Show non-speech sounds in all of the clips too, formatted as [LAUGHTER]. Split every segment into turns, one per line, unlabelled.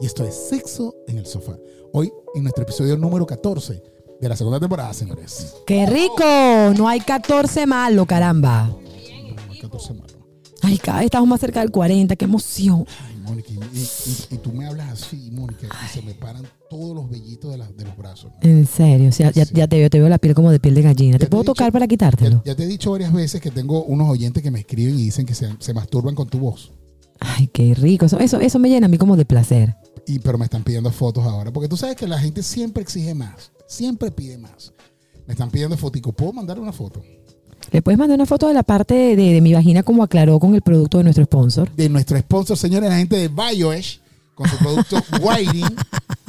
Y esto es Sexo en el Sofá. Hoy, en nuestro episodio número 14 de la segunda temporada, señores.
¡Qué rico! No hay 14 malo, caramba.
No, el 14 malo.
Ay, cada vez estamos más cerca del 40, qué emoción.
Ay, Mónica, y, y- y- y tú me hablas así, Mónica, y se me paran todos los vellitos de, la- de los brazos.
En serio, o sea, ya, ya te veo, te veo la piel como de piel de gallina.
Ya
¿Te
te
puedo
he dicho-
tocar para
Ya,
quitártelo?
ya te he dicho varias veces que tengo unos oyentes que me escriben y dicen que se, se masturban con tu voz.
Ay, qué rico. Eso, eso, eso me llena a mí como de placer.
Y, pero me están pidiendo fotos ahora. Porque tú sabes que la gente siempre exige más. Siempre pide más. Me están pidiendo fotico. ¿Puedo mandar una foto?
¿Le puedes mandar una foto de la parte de, de mi vagina como aclaró con el producto de nuestro sponsor?
De nuestro sponsor, señores, la gente de BioEsh, con su
[LAUGHS]
producto Whiting,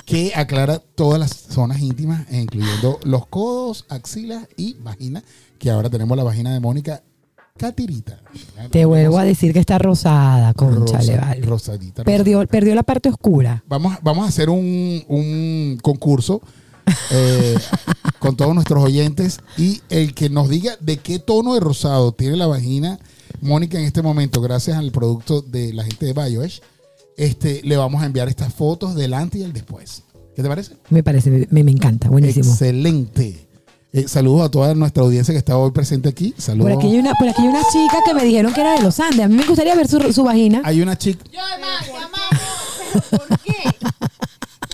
que aclara todas las zonas íntimas, eh, incluyendo los codos, axilas y vagina. Que ahora tenemos la vagina de Mónica Catirita.
Te vuelvo a decir que está rosada, conchale,
Rosa-
vale.
Rosadita.
Perdió, perdió la parte oscura.
Vamos, vamos a hacer un, un concurso
[LAUGHS]
eh, con todos nuestros oyentes y el que nos diga de qué tono de rosado tiene la vagina Mónica en este momento, gracias al producto de la gente de BioEsh, este, le vamos a enviar estas fotos del antes y el después. ¿Qué te parece?
Me parece, me, me encanta, buenísimo.
Excelente. Eh, saludos a toda nuestra audiencia que está hoy presente aquí.
Por
Saludos.
aquí, hay una, por aquí hay una chica que me dijeron que era de los Andes. A mí me gustaría ver su, su vagina.
Hay una chica.
Yo además, te amamos, pero ¿por qué?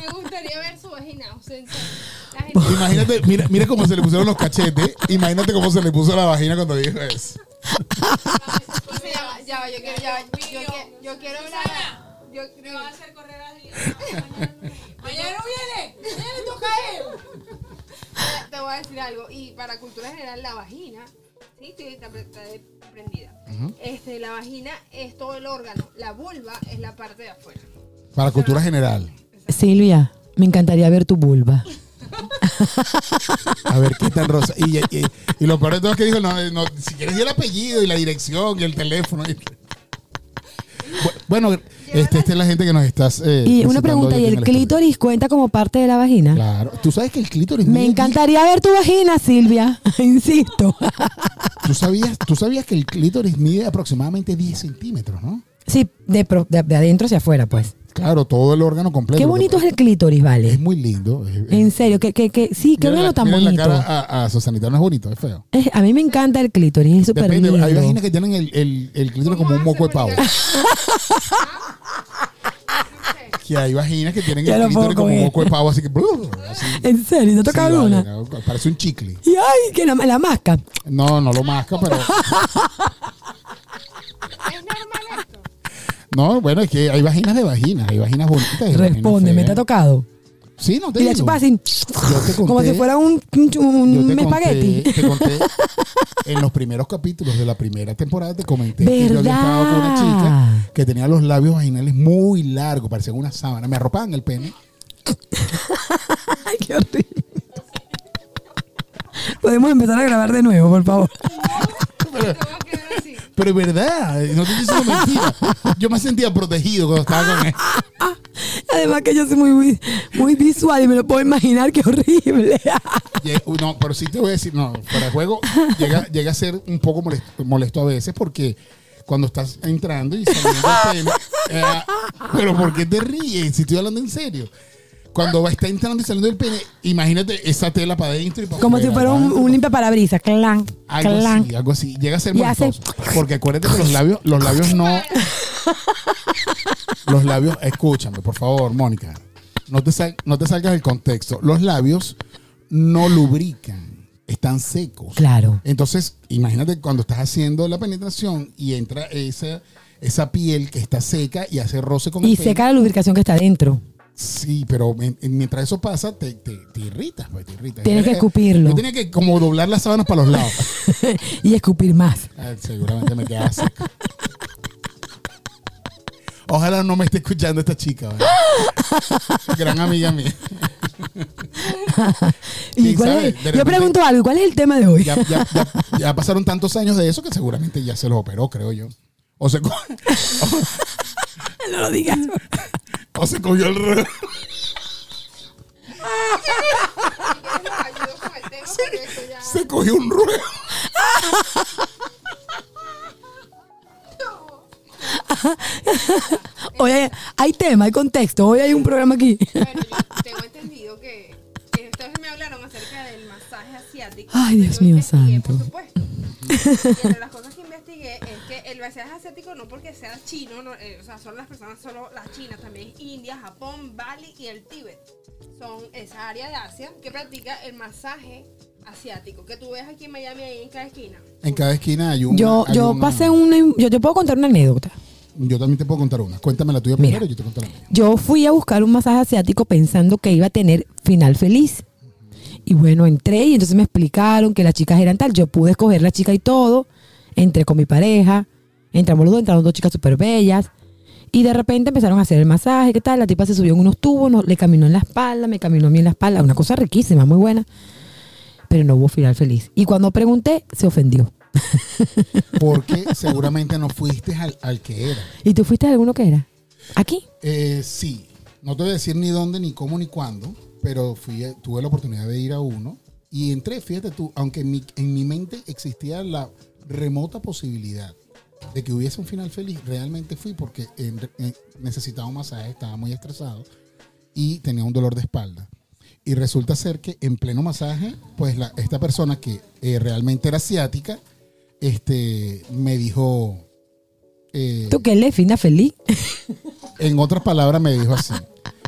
Me gustaría ver su vagina. O sea, en serio. la gente
Imagínate, mira, mira cómo se le pusieron los cachetes. Imagínate cómo se le puso la vagina cuando dijo eso.
o sea, ya va, ya va, yo quiero, ya va, yo, que- yo quiero hablar. a- Yo creo va a hacer correr a [LAUGHS] Mañana viene, mañana toca él. Te voy a decir algo, y para cultura general, la vagina, sí, estoy está pre- está de- prendida. Este, la vagina es todo el órgano, la vulva es la parte de afuera.
Para cultura general.
Silvia, me encantaría ver tu vulva.
A ver qué tan rosa. Y, y- y lo peor de todo es que dijo, no, no, si quieres di el apellido y la dirección y el teléfono. Y- Bu- Bueno, este, esta es la gente que nos estás. eh,
Y
visitando
una pregunta,
hoy
¿y
aquí en
el
estudio.
clítoris cuenta como parte de la vagina?
Claro. Tú sabes que el clítoris.
Me
mide-
encantaría ver tu vagina, Silvia. [LAUGHS] Insisto.
Tú sabías, tú sabías que el clítoris mide aproximadamente 10 centímetros, ¿no?
Sí, de, pro- de- de adentro hacia afuera, pues.
Claro, todo el órgano completo.
Qué bonito es el clítoris,
Es
vale.
muy lindo. es- es-
En serio, que, que, que- sí, qué
Mira
bueno
la-
tan
mira
bonito.
la cara a, a Susanita, no es bonito, es feo.
Es- a mí me encanta el clítoris, es súper
Depende, hay
lindo.
vaginas que tienen el, el, el clítoris
¿Cómo
como un
hace,
moco de pavo.
Mónica?
Que hay vaginas que tienen
Ya
el
no puedo
clítoris como
con
un moco de pavo, así que. así.
En serio, ¿no
Sí,
toca
vale,
una?
no, parece un chicle.
Y ay, que la, la masca.
No, no lo masca, pero.
¿Es normal esto?
No, bueno, es que hay vaginas de vaginas, hay vaginas bonitas. y vaginas
Responde, me
feas.
te ha tocado.
Sí, no te
Y la
digo.
chupa así,
te
como
conté-
si fuera un, un-
Yo
un
te
espagueti.
Conté, te conté en los primeros capítulos de la primera temporada, te comenté que yo había
¿Verdad?
estado con una chica que tenía los labios vaginales muy largos, parecían una sábana. Me arropaban el pene.
Ay, qué horrible. Podemos empezar a grabar de nuevo, por favor.
Te voy a quedar así.
Pero es verdad, no te estoy diciendo mentira. Yo me sentía protegido cuando estaba con él.
Además que yo soy muy, vi- muy visual y me lo puedo imaginar, qué horrible.
Llega- uy, No, pero sí te voy a decir, no, para el juego llega, llega a ser un poco molesto, molesto a veces porque cuando estás entrando y saliendo el pene, eh, pero ¿por qué te ríes? Si estoy hablando en serio. Cuando va, está entrando y saliendo el pene, imagínate esa tela para adentro y para
Como si
afuera,
fuera un,
¿no?
un limpiaparabrisas. Clan,
algo
clan.
así, algo así. Llega a ser
Y hace-
molestoso. Porque acuérdate que los labios, los labios
[LAUGHS]
no. Los labios, escúchame, por favor, Mónica. No te, sal- no te salgas del contexto. Los labios no lubrican, están secos.
Claro.
Entonces, imagínate cuando estás haciendo la penetración y entra esa, esa piel que está seca y hace roce con
Y
el pene.
seca la lubricación que está adentro.
Sí, pero en- en- mientras eso pasa, te, te, te irritas, pues, te irritas.
Tienes que escupirlo.
Yo tenía que como doblar las sábanas para los lados.
y escupir más.
Ah, Seguramente me quedaba seco. Ojalá no me esté escuchando esta chica. ¿vale? Gran amiga mía.
¿Y
¿Quién
cuál
sabe?
es-
De
yo
repente-
pregunto algo, ¿cuál es el tema de hoy?
Ya, ya- ya- ya pasaron tantos años de eso que seguramente ya se los operó, creo yo. O se, co-
[LAUGHS] no lo digas.
o se cogió el reloj.
Yo ayudo con el [LAUGHS] tema porque eso ya.
Se cogió un ruedo.
Hoy hay, hay tema, hay contexto. Hoy hay un programa aquí.
Bueno, yo tengo entendido que que ustedes me hablaron acerca del masaje asiático.
Ay,
Yo
Dios mío
investigué,
santo.
Por supuesto. Y entre las cosas que investigué es que el masaje asiático no porque sea chino, no, eh, o sea, son las personas solo las chinas, también India, Japón, Bali y el Tíbet. Son esa área de Asia que practica el masaje asiático, que tú ves aquí en Miami ahí en cada esquina.
En cada esquina hay una.
Yo,
hay
yo
una-
pasé una. Yo te puedo contar una anécdota.
Yo también te puedo contar una. Cuéntame la tuya
Mira.
primero y yo te contaré la mía.
Yo fui a buscar un masaje asiático pensando que iba a tener final feliz. Y bueno, entré y entonces me explicaron que las chicas eran tal. Yo pude escoger la chica y todo. Entré con mi pareja. Entramos los dos, entraron dos chicas súper bellas. Y de repente empezaron a hacer el masaje, ¿qué tal? La tipa se subió en unos tubos, nos- le caminó en la espalda, me caminó a mí en la espalda. Una cosa riquísima, muy buena. Pero no hubo final feliz. Y cuando pregunté, se ofendió.
Porque seguramente no fuiste al, al que era.
¿Y tú fuiste a alguno que era? ¿Aquí?
Eh, sí, no te voy a decir ni dónde, ni cómo, ni cuándo, pero fui, a- tuve la oportunidad de ir a uno y entré, fíjate tú, aunque en mi, en mi mente existía la remota posibilidad de que hubiese un final feliz, realmente fui porque en- en- necesitaba un masaje, estaba muy estresado y tenía un dolor de espalda. Y resulta ser que en pleno masaje, pues la- esta persona que eh, realmente era asiática, este, me dijo... eh,
¿Tú qué le final feliz? [LAUGHS]
en otras palabras me dijo así,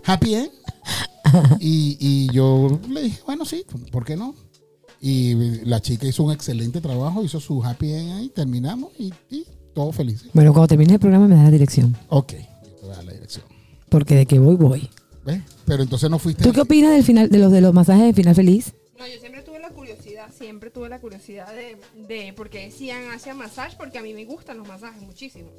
happy end. Y, y yo le dije, bueno, sí, ¿por qué no? Y la chica hizo un excelente trabajo, hizo su happy end ahí, terminamos y, y todos felices.
Bueno, cuando termines el programa me das la dirección.
Ok, yo te voy a dar la dirección.
Porque de que voy, voy.
¿Ves? Pero entonces no fuiste...
¿Tú qué opinas del final, de los de los masajes de final feliz?
No, yo siempre tuve la curiosidad, siempre tuve la curiosidad de, de por qué decían hacia masaje, porque a mí me gustan los masajes muchísimo.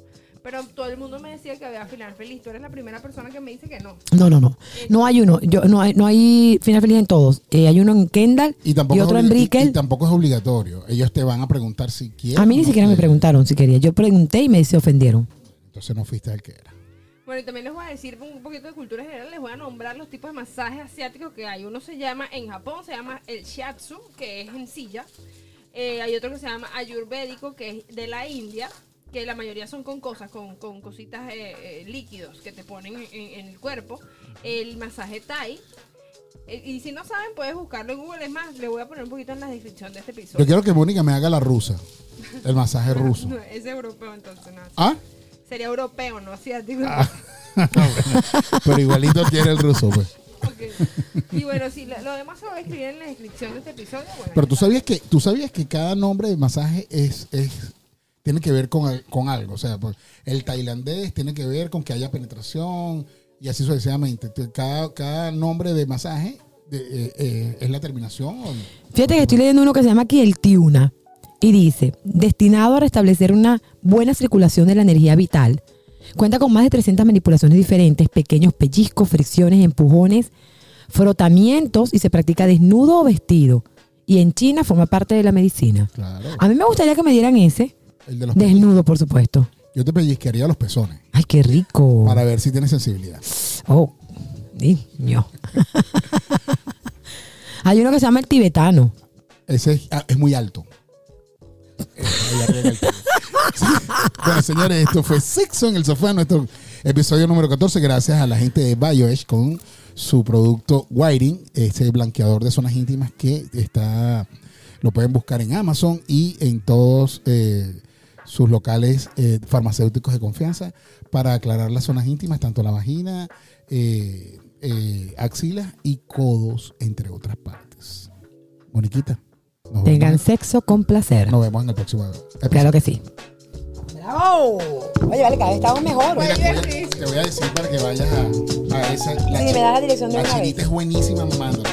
Pero todo el mundo me decía que había final feliz. Tú eres la primera persona que me dice que no.
No, no, no. No hay uno. Yo, no, hay, no hay final feliz en todos. Eh, hay uno en Kendall y,
y, tampoco es
otro en
obli- y-
Brickell.
y tampoco es obligatorio. Ellos te van a preguntar si quieres.
A mí ni
no
siquiera me
quieres.
preguntaron si quería. Yo pregunté y me se ofendieron.
Entonces no fuiste al que era.
Bueno, y también les voy a decir un poquito de cultura general, les voy a nombrar los tipos de masajes asiáticos que hay. Uno se llama, en Japón se llama el shiatsu, que es en silla. Eh, hay otro que se llama ayurvédico, que es de la India, que la mayoría son con cosas, con, con cositas eh, eh, líquidos que te ponen en, en el cuerpo. El masaje Thai. Eh, y si no saben, puedes buscarlo en Google. Es más, le voy a poner un poquito en la descripción de este
Yo
episodio.
quiero que Mónica me haga la rusa. El masaje ruso.
[LAUGHS]
No, [LAUGHS] es europeo entonces, no.
¿Ah? [LAUGHS]
Sería europeo, no asiático.
Bueno, pero igualito tiene el ruso, pues.
[LAUGHS] Ok. Y bueno, si lo, lo demás se lo voy a escribir en la descripción de este episodio. Bueno,
Pero
ya
tú
está.
sabías que, tú sabías que cada nombre de masaje es, es tiene que ver con, al- con algo. O sea, por- el tailandés tiene que ver con que haya penetración y así sucesivamente. Te- Cada, cada nombre de masaje de- eh, eh, es la terminación. o-
Fíjate que estoy leyendo uno que se llama aquí el Tiuna y dice, destinado a restablecer una buena circulación de la energía vital. Cuenta con más de 300 manipulaciones diferentes, pequeños pellizcos, fricciones, empujones, frotamientos y se practica desnudo o vestido. Y en China forma parte de la medicina.
Claro.
A mí me gustaría que me dieran ese,
El de los pellizcos.
desnudo por supuesto.
Yo te pellizcaría los pezones
Ay, qué rico.
para ver si tienes sensibilidad.
Oh, niño. [LAUGHS] Hay uno que se llama el tibetano.
Ese es, ah, es muy alto. Eh, ahí arriba el- bueno, señores, esto fue Sexo en el Sofá, nuestro episodio número 14, gracias a la gente de BioEdge con su producto Whiting, ese blanqueador de zonas íntimas que está, lo pueden buscar en Amazon y en todos eh, sus locales eh, farmacéuticos de confianza para aclarar las zonas íntimas, tanto la vagina, eh, eh, axilas y codos, entre otras partes. Moniquita, nos
Tengan
vemos,
sexo con placer.
nos vemos en el próximo episodio.
Claro que sí. ¡Bravo! Oye, vale, cada vez estamos mejor.
Mira,
¿eh?
te voy a- te voy a decir para que vayas a, a esa.
Sí, me das la dirección de
La
una vez.
chinita es buenísima, mándala.